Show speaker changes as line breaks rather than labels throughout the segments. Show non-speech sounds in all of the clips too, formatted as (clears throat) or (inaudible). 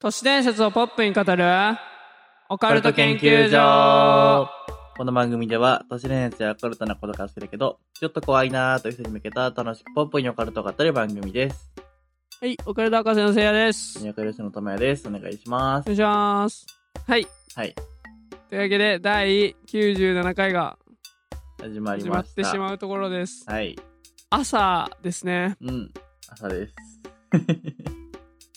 都市伝説をポップに語るオカルト研究所
この番組では、都市伝説やオカルトなことが好きだけど、ちょっと怖いなーという人に向けた楽しくポップにオカルトを語る番組です。
はい、オカルト博士のせいやです。お
宮古吉野智也です。お願いしま
(laughs)
す。
願いします。はい。
はい。
というわけで、第97回が
始まり
始ま
ま
っ
してた。
しまうところです。
はい。
朝ですね。
うん。朝です。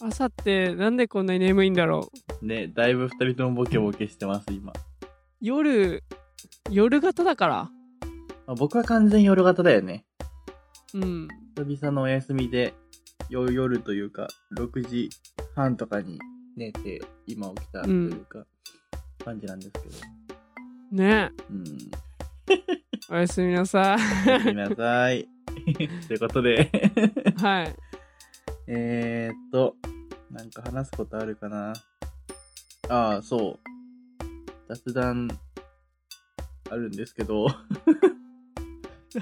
朝ってなんでこんなに眠いんだろう。
ね、だいぶ二人ともボケボケしてます、今。
夜、夜型だから。
まあ、僕は完全に夜型だよね。
うん。
久々のお休みで、よ夜というか、6時半とかに寝て、今起きたというか、感じなんですけど。
ね
うん。
おやすみなさ
おやすみなさ
(laughs)
い。ということで、
い。はい。
(laughs) えーっと、なんか話すことあるかな。ああ、そう。雑談、あるんです
(laughs)
けど。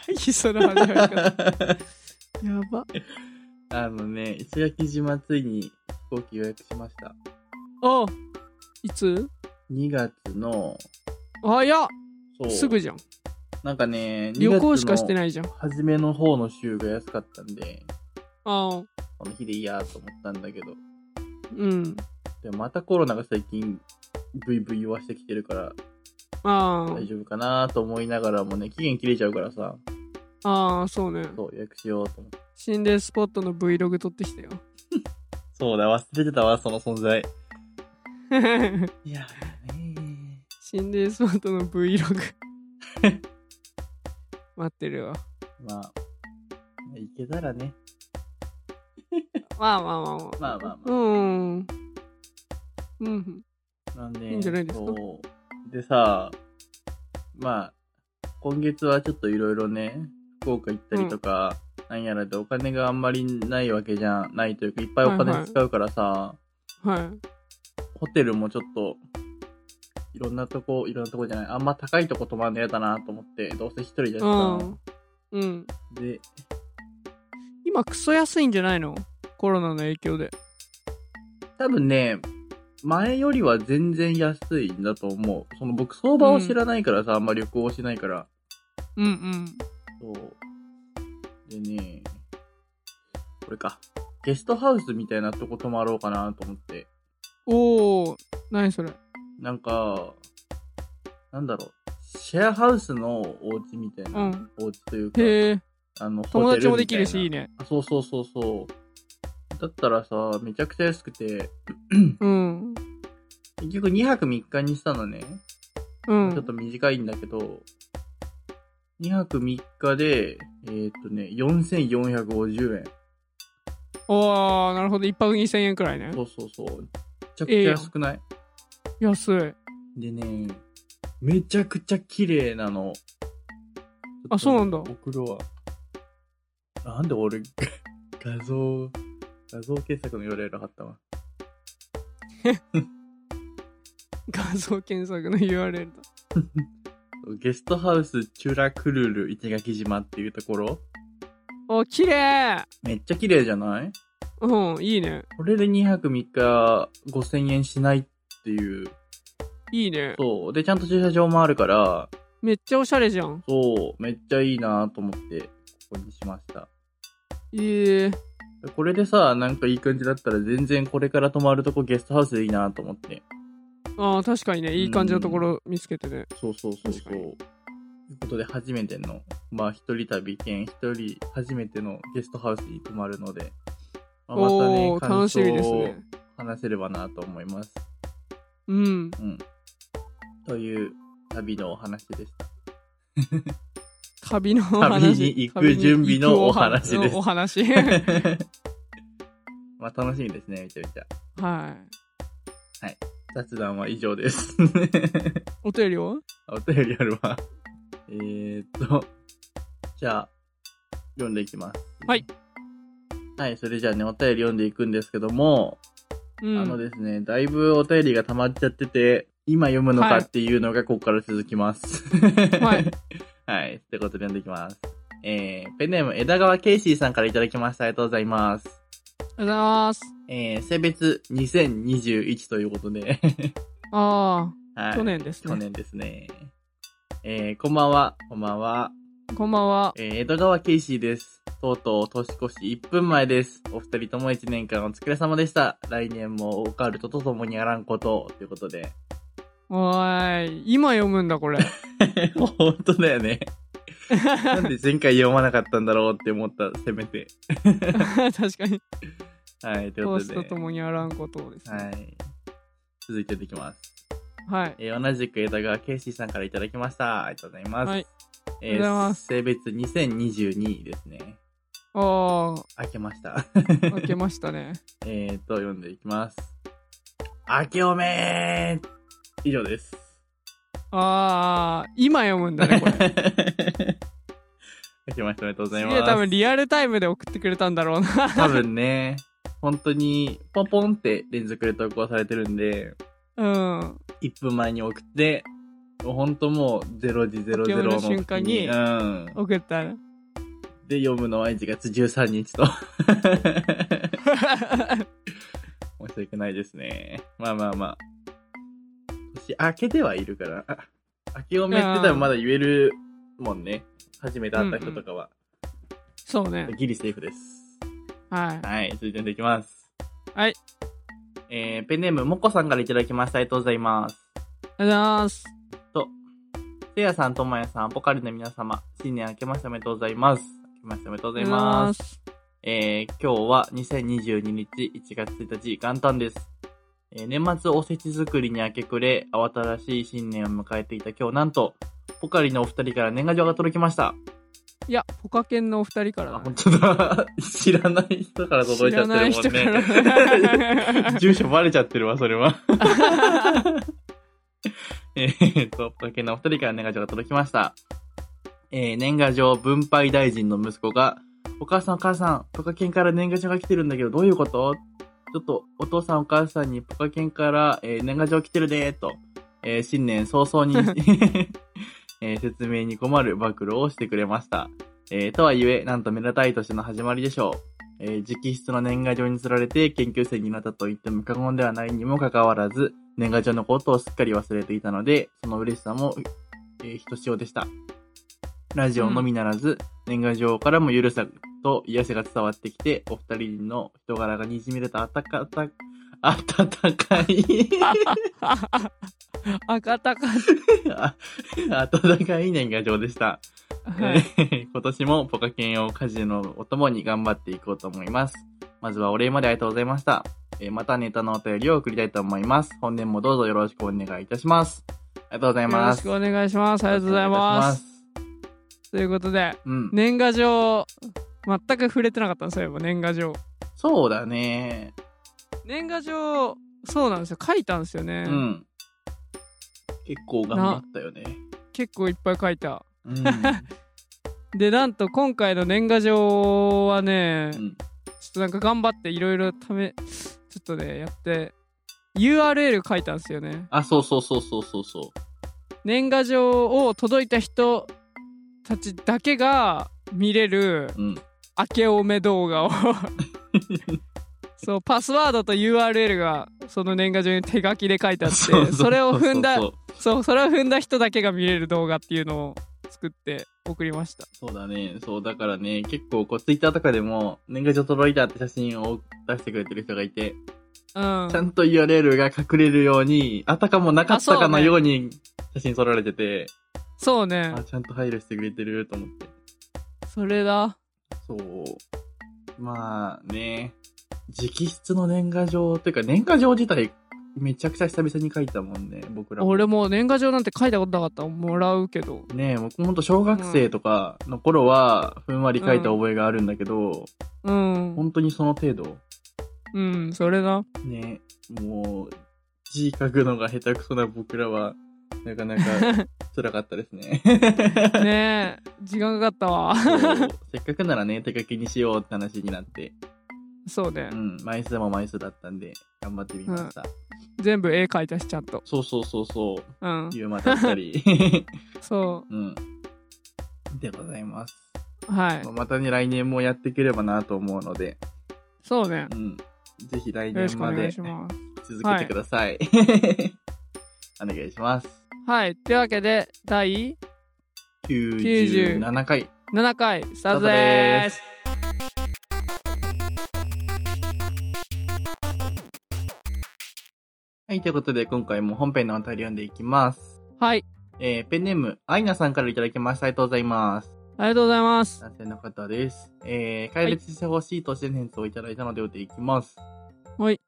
何その始まり方。やば。
あのね、石垣島ついに飛行機予約しました。
おいつ
2月の、
早っ
そう。
すぐじゃん。
なんかね、
旅行しかして
い。
ないじゃん。
初めの方の週が安かったんで、
ああ。
この日でいいやと思ったんだけど。
うん。
でもまたコロナが最近、ブイブイ言わしてきてるから、
ああ
大丈夫かなと思いながらもね、期限切れちゃうからさ、
ああ、そうね。
そう、予約しようと思って。
心霊スポットの Vlog 撮ってきたよ。 (laughs)
そうだ、忘れてたわ、その存在。いやーね
心霊スポットの
(laughs)
Vlog。待ってるわ。
ーまあ、いけたらね。
まあまあまあまあ。
まあまあまあ
うーん。うん。
なんで、
いいんじゃないですか
そうでさ、まあ、今月はちょっといろいろね、福岡行ったりとか、なんやらでお金があんまりないわけじゃないというか、いっぱいお
はいは
金
い
使うからさ、
は
ホテルもちょっと、いろんなとこ、いろんなとこじゃない、あんま高いとこ泊まるの嫌だなと思って、どうせ一人
い。
だし
う
さ、
ん。うん。
で、
今、クソ安いんじゃないのコロナの影響で。
多分ね、前よりは全然安いんだと思う。その僕、相場を知らないからさ、あんま旅行をしないから。
うんうん。
そう。でね、これか。ゲストハウスみたいなとこ泊まろうかなと思って。
おー、何それ。
なんか、なんだろう。シェアハウスのお家みたいな、
うん
お家というか、
へえ、
あの、
友達も
ホテ
で
ルみた
き
いな
るし、いいね。
あそうそうそうそう。だったらさ、めちゃくちゃ安くて、
うん。
結局2泊3日にしたのね。
う
ちょっ
ん。
と短いんだけど、2泊3日で、えーっとね、4450円。
おー、なるほど。一泊2000円くらいね。
そうそうそう。めちゃくちゃ安くない、
安い。
でね、めちゃくちゃ綺麗なの。
あそうなんだ
お風呂は。なんで俺、画像、画像検索の URL 貼ったわ。
画像検索の URL だ。
ゲストハウスチュラクルル石垣島っていうところ。
お、綺麗
めっちゃ綺麗じゃない
うん、いいね。
これで2泊3日5000円しないっていう。
いいね。
そう。で、ちゃんと駐車場もあるから、
めっちゃおしゃれじゃん。
そう、めっちゃいいなと思って、ここにしました。
ええ
でこれでさ、なんかいい感じだったら全然これから泊まるとこゲストハウスでいいなと思って。
ああ、確かにね、いい感じのところ見つけてね。
そうそうそうそ
確
う。と
かに
いうことで、初めての、まあ一人旅兼一人初めてのゲストハウスに泊まるので、まあまたね
お、ー、
感想
楽しみです
を
ね。
話せればなと思います。
うん。
うん。という旅のお話
(laughs)
でした。
旅のお話。
旅に行く準備のお話です
お
(laughs)
話。
まあ楽しみですね、めちゃめちゃ。
は
雑談は以上です。 (laughs)
い。お便りを
お便りあるわ。えーっと、じゃあ、読んでいきます。
はい。
はい、それじゃあね、お便り読んでいくんですけども、
うん。
あのですね、だいぶお便りが溜まっちゃってて、今読むのかっていうのがここから続きます。
はい。
(laughs) はい、ってことで読んでいきます。えー、ペンネーム枝川ケイシーさんからいただきました。ありがとうございます。
ありがとうございます。
えー、性別2021ということで、 (laughs)
あ
は
あ、
い、
去年です
去
ね。
年ですね。えー、こんばんは、こんばんは。
こんばんは。
えー、江戸川ケイシーです。とうとう年越し1分前です。お二人とも1年間お疲れ様でした。来年もオカルトと共にあらんことをということで。
おーい、今読むんだ、こ
(laughs)
れ。
本当だよね。なんで前回読まなかったんだろうって思った、せめて。
確かに。
はい、というこ
投
と
資
で。
とともにあらんことをです
は
ね。
い。続いてできます。
はい。
えー同じく枝川ケイシーさんからいただきました。ありがとうございます。
はい
え
ありがとうござい
ー
ま
性別2022ですね。
ああ、
開けました。 (laughs)
開けましたね。 (laughs)
えーと、読んでいきます。明けおめー以
(laughs)
上です。
ああ、今読むんだね、これ。
開けましておめでとうございます
げえ
す。
多分リアルタイムで送ってくれたんだろうな。 (laughs)
多分ね、本当に、ポンポンって連続で投稿されてるんで、
うん。
1分前に送って、本当もう0時
明けおめ
00
の
の
瞬間に
うん。
送ったね。 (laughs)
で、読むのは1月13日と。 (laughs) 申し訳ないですね。まあまあまあ。年明けてはいるから。あ明けおめって多分まだ言えるもんね。初めて会った人とかは。
そうね。
ギリセーフです。
はい。
はい、続いてできます。
はい。
えー、ペンネーム、もこさんからいただきました。ありがとうございます。
ありがとうございます。
せいやさん、ともやさん、ポカリの皆様、新年明けましておめでとうございます。明けましておめでとうございます。
す。
えー今日は2022日1月1日元旦です。えー年末おせち作りに明け暮れ、慌ただしい新年を迎えていた今日、なんと、ポカリのお二人から年賀状が届きました。
いや、ポカケンのお二人から
あ
だ、ね
本。当だ。 (laughs) 知らない人から届いちゃってるもん
知らない人か
ね。
ら
(laughs) 住所バレちゃってるわ、それは。 (laughs)
(laughs)
えーっと、ポカケのお二人から年賀状が届きました。えー年賀状分配大臣の息子が、お母さんお母さん、ポカケンから年賀状が来てるんだけど、どういうことちょっと、お父さんお母さんにポカケンから、えー年賀状来てるでーと、えー新年早々に、えー説明に困る暴露をしてくれました。えーとはいえ、なんとめでたい年の始まりでしょう。えー直筆の年賀状につられて研究生になったと言っても過言ではないにもかかわらず、年賀状のことをすっかり忘れていたので、その嬉しさも、えーひとしおでした。ラジオのみならず、年賀状からもゆるさと癒せが伝わってきて、お二人の人柄がにじみ出た温か、温かい
赤たかっ
あ温かい年賀状でした。
た。はい。
えー (laughs) 今年もポカケンを家事のお供に頑張っていこうと思います。まずはお礼までありがとうございました。えーまたネタのお便りを送りたいと思います。本年もどうぞよろしくお願いいたします。ありがとうござい
よ
ま
ろ
す。
しくお願いします。ありがとうございま
お願いいたし
す。ということで、
ます。うん。
年賀状、全く触れてなかったんですよ、年賀状。
そうだね。
年賀状、そうなんですよ。書いたんですよね。
うん。結構頑張ったよね。
結構いっぱい書いた。
うん。
で、なんと今回の年賀状はね、
うん
ちょっとなんか頑張っていろいろため、ちょっとね、やって、URL 書いたんですよね。
あ、そうそうそうそうそうそう。
年賀状を届いた人たちだけが見れる (laughs)
うん。
明けおめ動画をそうパスワードと URL がその年賀状に手書きで書いてあ
(laughs)
って
うううう
それを踏んだ
そう
そうそれを踏んだ人だけが見れる動画っていうのを作って送りました
そうだね。そう、だからね、結構こう、ツイッターとかでも、年賀状届いたって写真を出してくれてる人がいて、
うん
ちゃんと URL が隠れるように、あたかもなかったか
あそう
の
ね
ように写真撮られてて、
そうね
あ、ちゃんと配慮してくれてると思って。
それだ
そう。まあね、直筆の年賀状、というか年賀状自体、めちゃくちゃ久々に書いたもんね、僕らも。
俺もう年賀状なんて書いたことなかったもらうけど
ね僕もほんと小学生とかの頃は、ふんわり書いた覚えがあるんだけど、
うん
本当にその程度。
うんそれ
(laughs)
だ
ね、もう、字書くのが下手くそな僕らは、なか
(laughs)
なか辛かったですね。
ねえ時間かかったわ
そう (laughs) せっかくならね、手書きにしようって話になって、
そうね
うん、枚数も枚数だったんで、頑張ってみました。
全部絵描いたしちゃんと
そうそうそうそう、
うん
言うまたした (laughs) り。
そ
うん。でございます。
うはい
まあまたね、来年もやっていければなと思うので、
そうね
うん。ぜひ来
よろし
年
くお
ま
願
で
いします。
続けてください。 (laughs) お願いします。
はい。というわけで、第
97回。
7回、スタートでーす。
す。はい、ということで今回も本編のお便り読んでいきます。
はい。
えー、ペンネーム、アイナさんからいただきました。ありがとうございます。
ありがとうございます。
男性の方です。えー、解説してほしいとして返をいただいたので読んでいきます。
はい。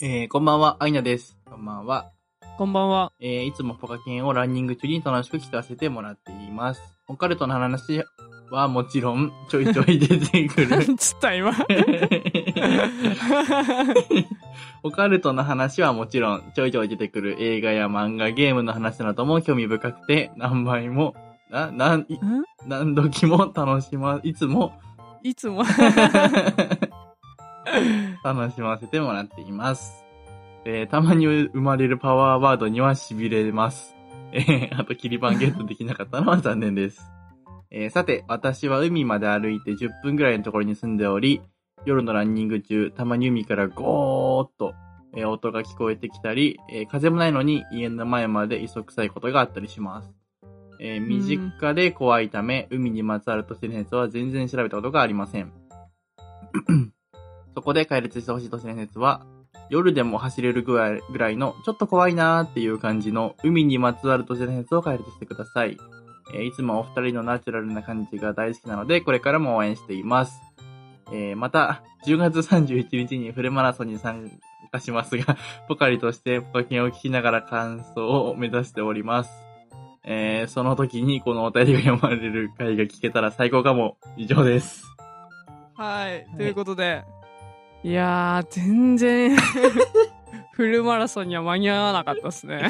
えー、こんばんは、アイナです。こんばんは。
こんばん
(laughs)
は。
えーいつもポカケンをランニング中に楽しく聞かせてもらっています。オカルトの話はもちろんちょいちょい出てく
な (laughs)
る。
んつった、今。
オカルトの話はもちろんちょいちょい出てくる映画や漫画、ゲームの話なども興味深くて何倍も、な、なん、い
ん
何時も楽しま、いつも
いつも。
楽しませてもらっています。えーたまに生まれるパワーワードには痺れます。えーあと、切り板ゲットできなかったのは残念です。えーさて、私は海まで歩いて10分ぐらいのところに住んでおり、夜のランニング中、たまに海からゴーっと、えー音が聞こえてきたり、えー風もないのに家の前まで磯臭いことがあったりします。えー身近で怖いため、海にまつわる都市伝説は全然調べたことがありません。 (clears throat) そこで解説してほしい都市伝説は、夜でも走れるぐらいぐらいの、ちょっと怖いなーっていう感じの、海にまつわる都市伝説を解説してください。えーいつもお二人のナチュラルな感じが大好きなので、これからも応援しています。えーまた、10月31日にフルマラソンに参加しますが、 (laughs) ポカリとしてポカキンを聞きながら感想を目指しております。えーその時にこのお便りが読まれる回が聞けたら最高かも。以上です。
はい。ということで、いやー、全然、フルマラソンには間に合わなかったですね。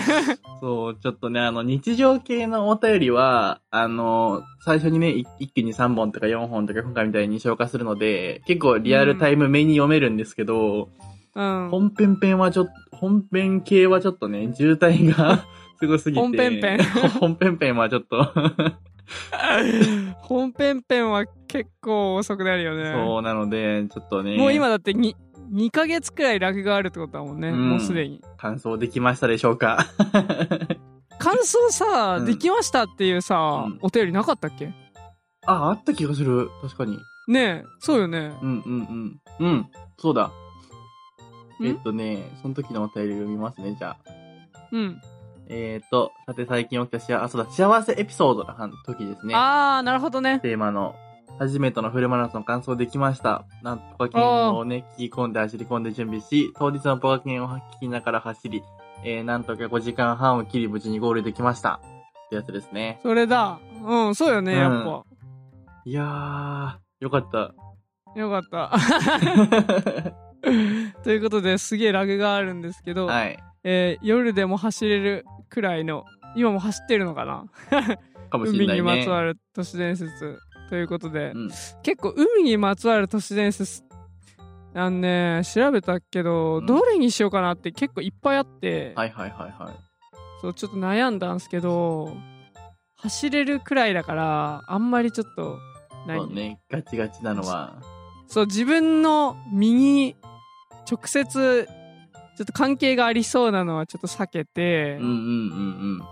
そう、ちょっとね、あの、日常系のお便りは、あの、最初にね、い一気に3本とか4本とか今回みたいに消化するので、結構リアルタイム目に読めるんですけど、
うん。
本編編はちょっと、本編系はちょっとね、渋滞が (laughs) すごすぎて。
本編編
(laughs) 本編編はちょっと
本編編は結構遅くなるよね。
そうなので、ちょっとね、
もう今だってに2ヶ月くらいラグがあるってことだもんね、
うん
もうすでに。
感想できましたでしょうか
感想さ、
うん
できましたっていうさ、
うん
お便りなかったっけ
あ、あった気がする。確かに。
ねえ、そうよね。
うんうんうん。うん、そうだ。
ん
えっとね、その時のお便り読みますね、じゃあ。
うん。
えっ、ー、と、さて最近起きた幸せ、あ、そうだ、幸せエピソードの話時ですね。
あー、なるほどね。
テーマの、初めてのフルマラソン完走できました。なんとポカキンをね、聞き込んで走り込んで準備し、当日のポカキンを聞きながら走り、えー、なんとか5時間半を切り無事にゴールできました。ってやつですね。
それだ。うん、そうよね、
うん
やっぱ。
いやー、よ
(laughs)
かった。
よかった。 (laughs) ということですげえラグがあるんですけど、
はい。
えー夜でも走れるくらいの、今も走ってるのかな
かもしれ
海
ないね。
にまつわる都市伝説ということで、
うん
結構海にまつわる都市伝説あのね調べたけど、
うん
どれにしようかなって結構いっぱいあって、
はいはいはいはい。
そうちょっと悩んだんですけど走れるくらいだからあんまりちょっとない
そうね、ガチガチなのは、
そう自分の身に直接ちょっと関係がありそうなのはちょっと避けて
う、んうんうんうん。
ま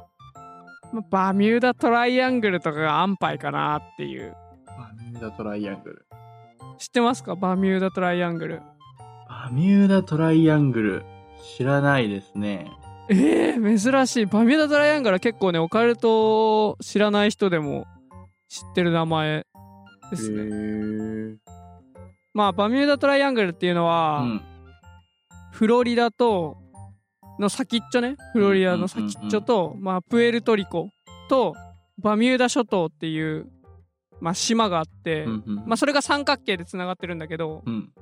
あバミューダトライアングルとかが安牌かなっていう
バミューダトライアングル。
知ってますかバミューダトライアングル
バミューダトライアングル。知らないですね。
えー、珍しいバミューダトライアングルは結構ねオカルトを知らない人でも知ってる名前ですね、
ー。
まあバミューダトライアングルっていうのは、
うん。
フロリダとの先っちょねフロリダの先っちょと、まあ、プエルトリコとバミューダ諸島っていう、まあ、島があって、
うんうん
まあ、それが三角形でつながってるんだけど
うん。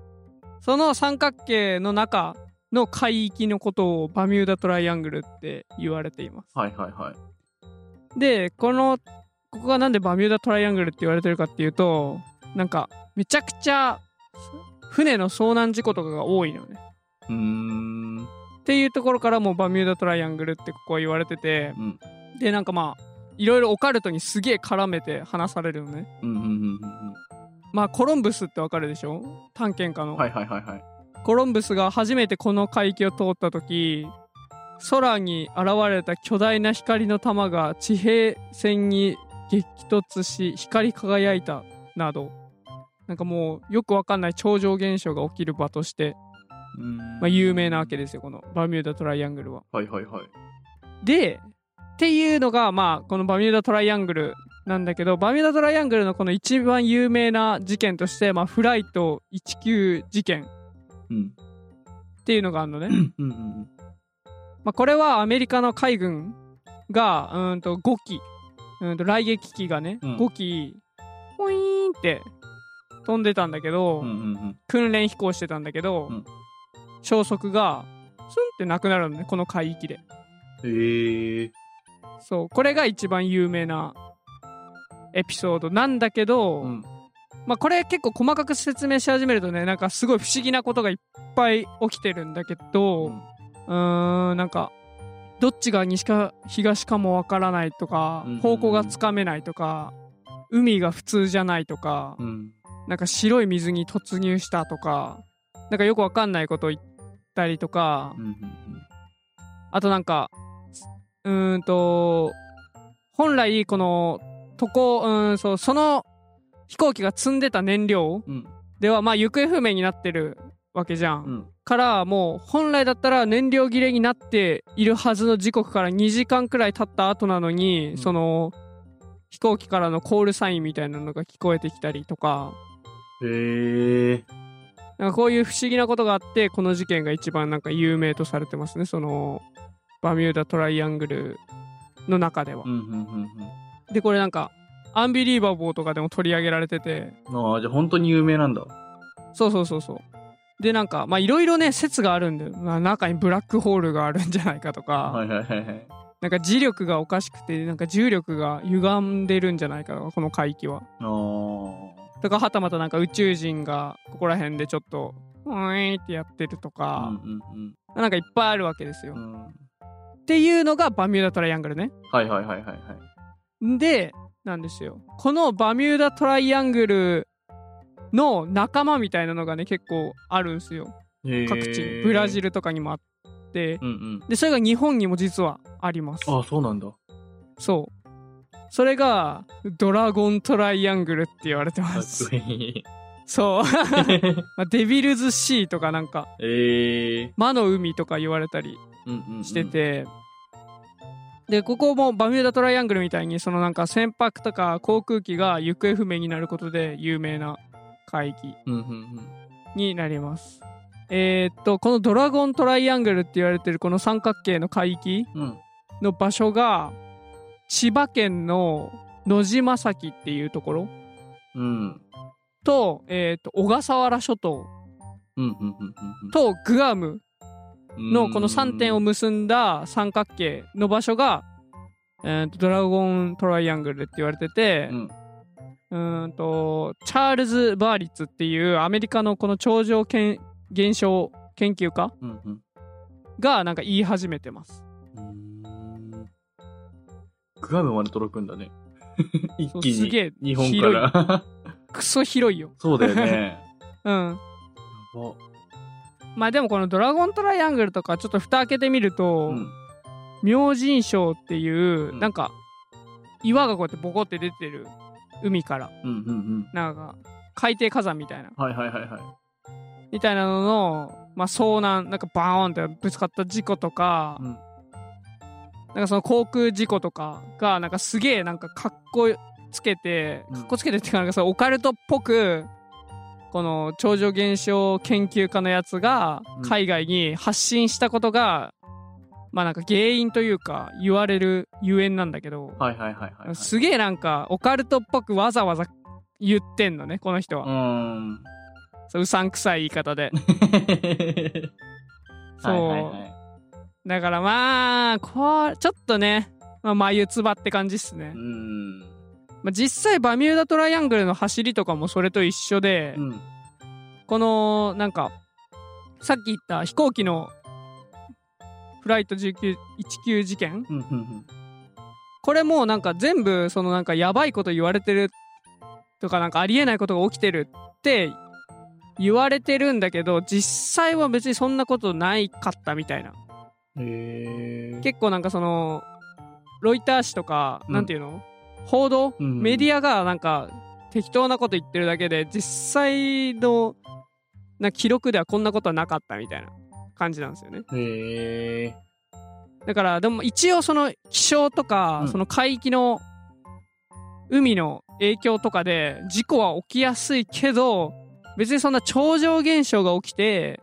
その三角形の中の海域のことをバミューダトライアングルって言われています
はいはいはい。
でこのここがなんでバミューダトライアングルって言われてるかっていうとなんかめちゃくちゃ船の遭難事故とかが多いのよね
うーん。うん
っていうところからもうバミューダトライアングルってここは言われてて
うん
でなんかまあいろいろオカルトにすげえ絡めて話されるのね
うんうんうん
まあコロンブスってわかるでしょ探検家
う
の、
ん。はいはいはいはい。
コロンブスが初めてこの海域を通った時空に現れた巨大な光の玉が地平線に激突し光り輝いたなどなんかもうよくわかんない超常現象が起きる場として、
うん
まあ、有名なわけですよこのバミューダトライアングルは。
はいはいはい。
でっていうのがまあこのバミューダトライアングルなんだけどバミューダトライアングルのこの一番有名な事件として、まあ、フライト19事件
うん。
っていうのがある
(clears throat)
のね。
うんうん
まあ、これはアメリカの海軍がうーんと5機うーんと雷撃機がね、
うん
5機ポイーンって飛んでたんだけど、
うん。うんうんうん。
訓練飛行してたんだけど、
うん
消息がスンってなくなるのねこの海域で
へえ。
そうこれが一番有名なエピソードなんだけど、
うん。
まあ、これ結構細かく説明し始めるとねなんかすごい不思議なことがいっぱい起きてるんだけど、うーんなんかどっちが西か東かもわからないとか
うんうんうん
方向がつかめないとか海が普通じゃないとか
うん。
なんか白い水に突入したとかなんかよくわかんないこと言ったりとか
うんうん
あとなんかうーんと本来この渡航うーんそうその飛行機が積んでた燃料
うん。うん
ではまあ行方不明になってるわけじゃん
う。ん。
からもう本来だったら燃料切れになっているはずの時刻から2時間くらい経った後なのに、
うん
その飛行機からのコールサインみたいなのが聞こえてきたりとか
へえ。
なんかこういう不思議なことがあってこの事件が一番なんか有名とされてますねそのバミューダトライアングルの中では
う。んうんうん
でこれなんかアンビリーバボーとかでも取り上げられてて
うん。ああ、じゃあ本当に有名なんだ。
そうそうそうそう。でなんかまあいろいろね説があるんだよ、まあ、中にブラックホールがあるんじゃないかとか。
はいはいはいはい。
なんか磁力がおかしくてなんか重力が歪んでるんじゃないかなこの海域は。
ああ。
とかはたまたなんか宇宙人がここら辺でちょっとうーんってやってると
う
か、
んうん
なんかいっぱいあるわけですよ。
うん。うん。
っていうのがバミューダトライアングルね。
はいはいはいはいはい。
でなんですよこのバミューダトライアングルの仲間みたいなのがね結構あるんですよ各地ブラジ
ル。
ルとかにもあって
うんうん。
でそれが日本にも実はあります。
ああ、そうなんだ。
そう。それが、ドラゴントライアングルって言われて
か
ま
っ
す。
こいい。 (laughs)
そう。まあデビルズシーとかなんか、
ええ。
魔の海とか言われたり
うんうんうん。
して。て、で、ここもバミューダトライアングルみたいに、そのなんか船舶とか航空機が行方不明になることで有名な海域
うんうんうん。
になります。えーっと、このドラゴントライアングルって言われてるこの三角形の海域
うん。
の場所が、千葉県の野島崎っていうところ
うん。
と,、えー、と小笠原諸島
うんうんうん
とグアム
うん。
のこの3点を結んだ三角形の場所が、えー、とドラゴントライアングルって言われてて
う、ん。
うーんとチャールズ・バーリッツっていうアメリカのこの超常けん現象研究家
うんうん。
がなんか言い始めてます。
うーんグアムまで届くんだね。一気
そうすげえ
に。日本から。
クソ広いよ。
そうだよね。
うん。
やば
まあでもこのドラゴントライアングルとかちょっと蓋開けてみると、
うん。
明神礁っていう、
うん
なんか岩がこうやってボコって出てる海から
うんうんうん。
なんか海底火山みたいな
はいはいはいはい。
みたいなのの、まあ、遭難なんかバーンってぶつかった事故とか、
うん
なんかその航空事故とかがなんかすげえなんかかっこつけて
うん
かっこつけてっていうかなんかそのオカルトっぽくこの超常現象研究家のやつが
うん
海外に発信したことが、まあなんか原因というか言われるゆえんなんだけど、
はいはいはいはいはい。
すげえなんかオカルトっぽくわざわざ言ってんのねこの人は
う、ーん。
そううさんくさい言い方でそう、
(laughs) はいはいはい。
だからまあこうちょっとね、まあ、眉唾って感じっすね、
うーん。
まあ、実際バミューダトライアングルの走りとかもそれと一緒で、
うん。
このなんかさっき言った飛行機のフライト1919事件
うんうんうん。
これもなんか全部そのなんかやばいこと言われてるとかなんかありえないことが起きてるって言われてるんだけど実際は別にそんなことないかったみたいな
へえ。
結構なんかそのロイター紙とか、
うん
なんていうの報道、
うん
メディアがなんか適当なこと言ってるだけで実際のな記録ではこんなことはなかったみたいな感じなんですよね
へえ。
だからでも一応その気象とか、
うん
その海域の海の影響とかで事故は起きやすいけど別にそんな超常現象が起きて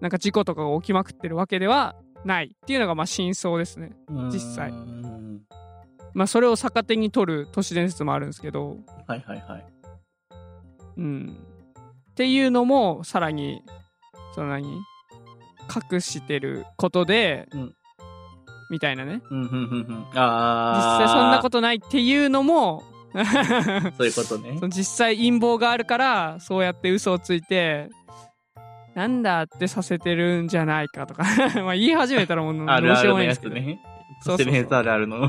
なんか事故とかが起きまくってるわけではないっていうのがまあ真相ですね実際
うん
まあそれを逆手に取る都市伝説もあるんですけど
はいはいはい。
うんっていうのもさらにその何隠してることで、
うん
みたいなね
うんうんうんうん。
実
ああ。
際そんなことないっていうのも
と。そういうことね
そ。の実際陰謀があるからそうやって嘘をついてなんだってさせてるんじゃないかと (laughs) かまあ言い始めたらもう
あ
ど
る
う
あ
しようも
るの
ないんで
や
す
つ
けど
ね。
そ
そうし
そうそ
て
う
ね、あるあ
(laughs)
るの。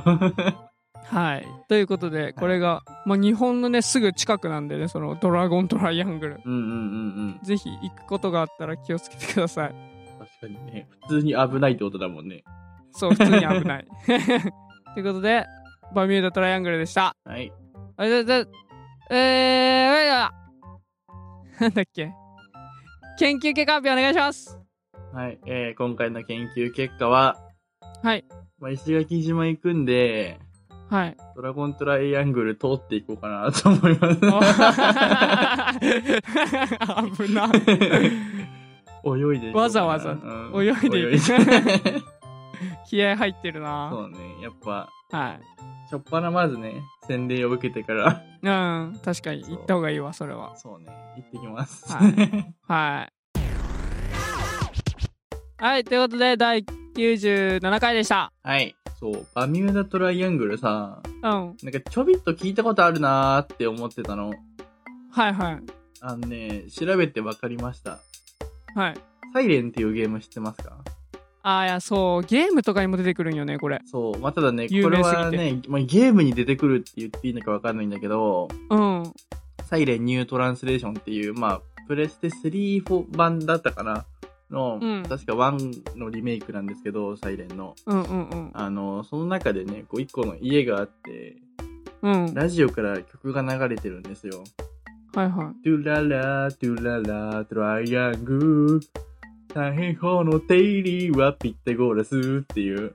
はいということでこれが、まあ、日本のねすぐ近くなんでねそのドラゴントライアングル
うんうんうん
ぜひ行くことがあったら気をつけてください
うん。確かにね。普通に危ないってことだもんね。
そう普通に危ないということでバミューダトライアングルでした
はい。
あれだ、だ、えー、なんだっけ。研究結果発表お願いします。
はい。えー、今回の研究結果は、
はい。
まあ、石垣島行くんで、
はい。
ドラゴントライアングル通っていこうかなと思います。
危な。
(laughs) 泳いでいこうかな
わざわざ
うん
泳いでいく
泳いで (laughs)
気合入ってるな。
そうね。やっぱ、
はい。
しょっぱなまずね、洗礼を受けてから、
うん、確かに行った方がいいわ、それは。
そうね、行ってきます。
ははい。はい、ということで、第97回でした。
はい。そう、バミューダトライアングルさ、
うん。
なんかちょびっと聞いたことあるなーって思ってたの。
はいはい。
あのね、調べてわかりました。
はい。
サイレンっていうゲーム知ってますか
あーいや、そう、ゲームとかにも出てくるんよね、これ。
そう、まあ、ただね、こ
有
れ
名すぎて
はね、まあ、ゲームに出てくるって言っていいのかわかんないんだけど、
うん。
サイレンニュートランスレーションっていう、まあ、プレステ3、4版だったかなの、
うん
確か1のリメイクなんですけど、サイレンの。
うんうんうん。
あの、その中でね、こう一個の家があって、
うん。
ラジオから曲が流れてるんですよ。
はいは
トゥララ、トゥララ、トライアングル。大変法の定理はピタゴラスっていう。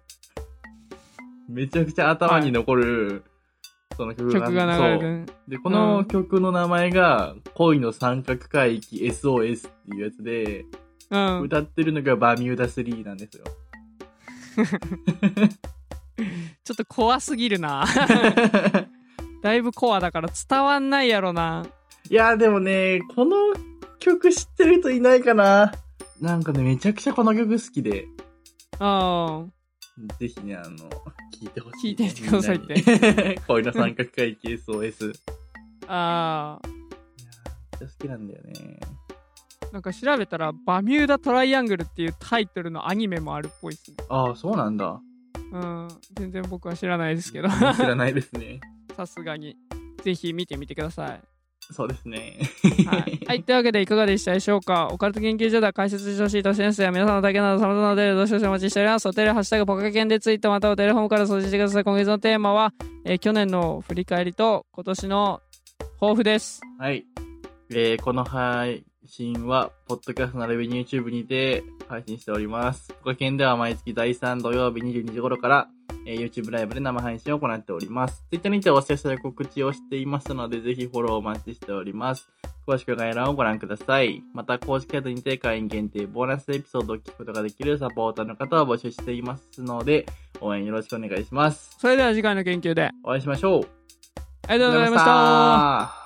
めちゃくちゃ頭に残る、その曲
い。
が
曲が流れて
そう
る。
で、こ
う
の
ん
曲の名前が、恋の三角海域 SOS っていうやつで、
うん。
歌ってるのがバミューダ3なんですよ。 (laughs)
ちょっと怖すぎるな。 (laughs) だいぶコアだから伝わんないやろな。
いやーでもね、この曲知ってる人いないかななんかね、めちゃくちゃこの曲好きで、
うん。
ぜひね、あ (laughs) の、聴いてほし
聞
い。
いてみてくださいって
みん (laughs) なに。恋の三角回帰 SOS。いや
あー
ーめっちゃ好きなんだよね。
なんか調べたら、バミューダトライアングルっていうタイトルのアニメもあるっぽいですね。
ああ、そうなんだ。
うん。全然僕は知らないですけど、
(laughs) 知らないですね。
(laughs) さすがに。ぜひ見てみてくださ
そうですね。
い。
(laughs)
はい。はい。というわけで、いかがでしたでしょうかオカルト研究所では解説してほしい都市伝説や皆さんの体験など様々なお便りをどしどしお待ちしております。お便りはハッシュタグポカケンでツイートまたはおテレフォームから送信してください。今月のテーマは、えー去年の振り返りと今年の抱負です。
はい。えー、この配信は、ポッドキャスト並びに YouTube にて配信しております。他県では毎月第3土曜日22時頃から、えー YouTube ライブで生配信を行っております。Twitter にてお知らせや告知をしていますので、ぜひフォローお待ちしております。詳しく概要欄をご覧ください。また、公式サイトにて会員限定ボーナスエピソードを聞くことができるサポーターの方を募集していますので、応援よろしくお願いします。
それでは次回の研究で。
お会いしましょう。
ありがとうございました。
た。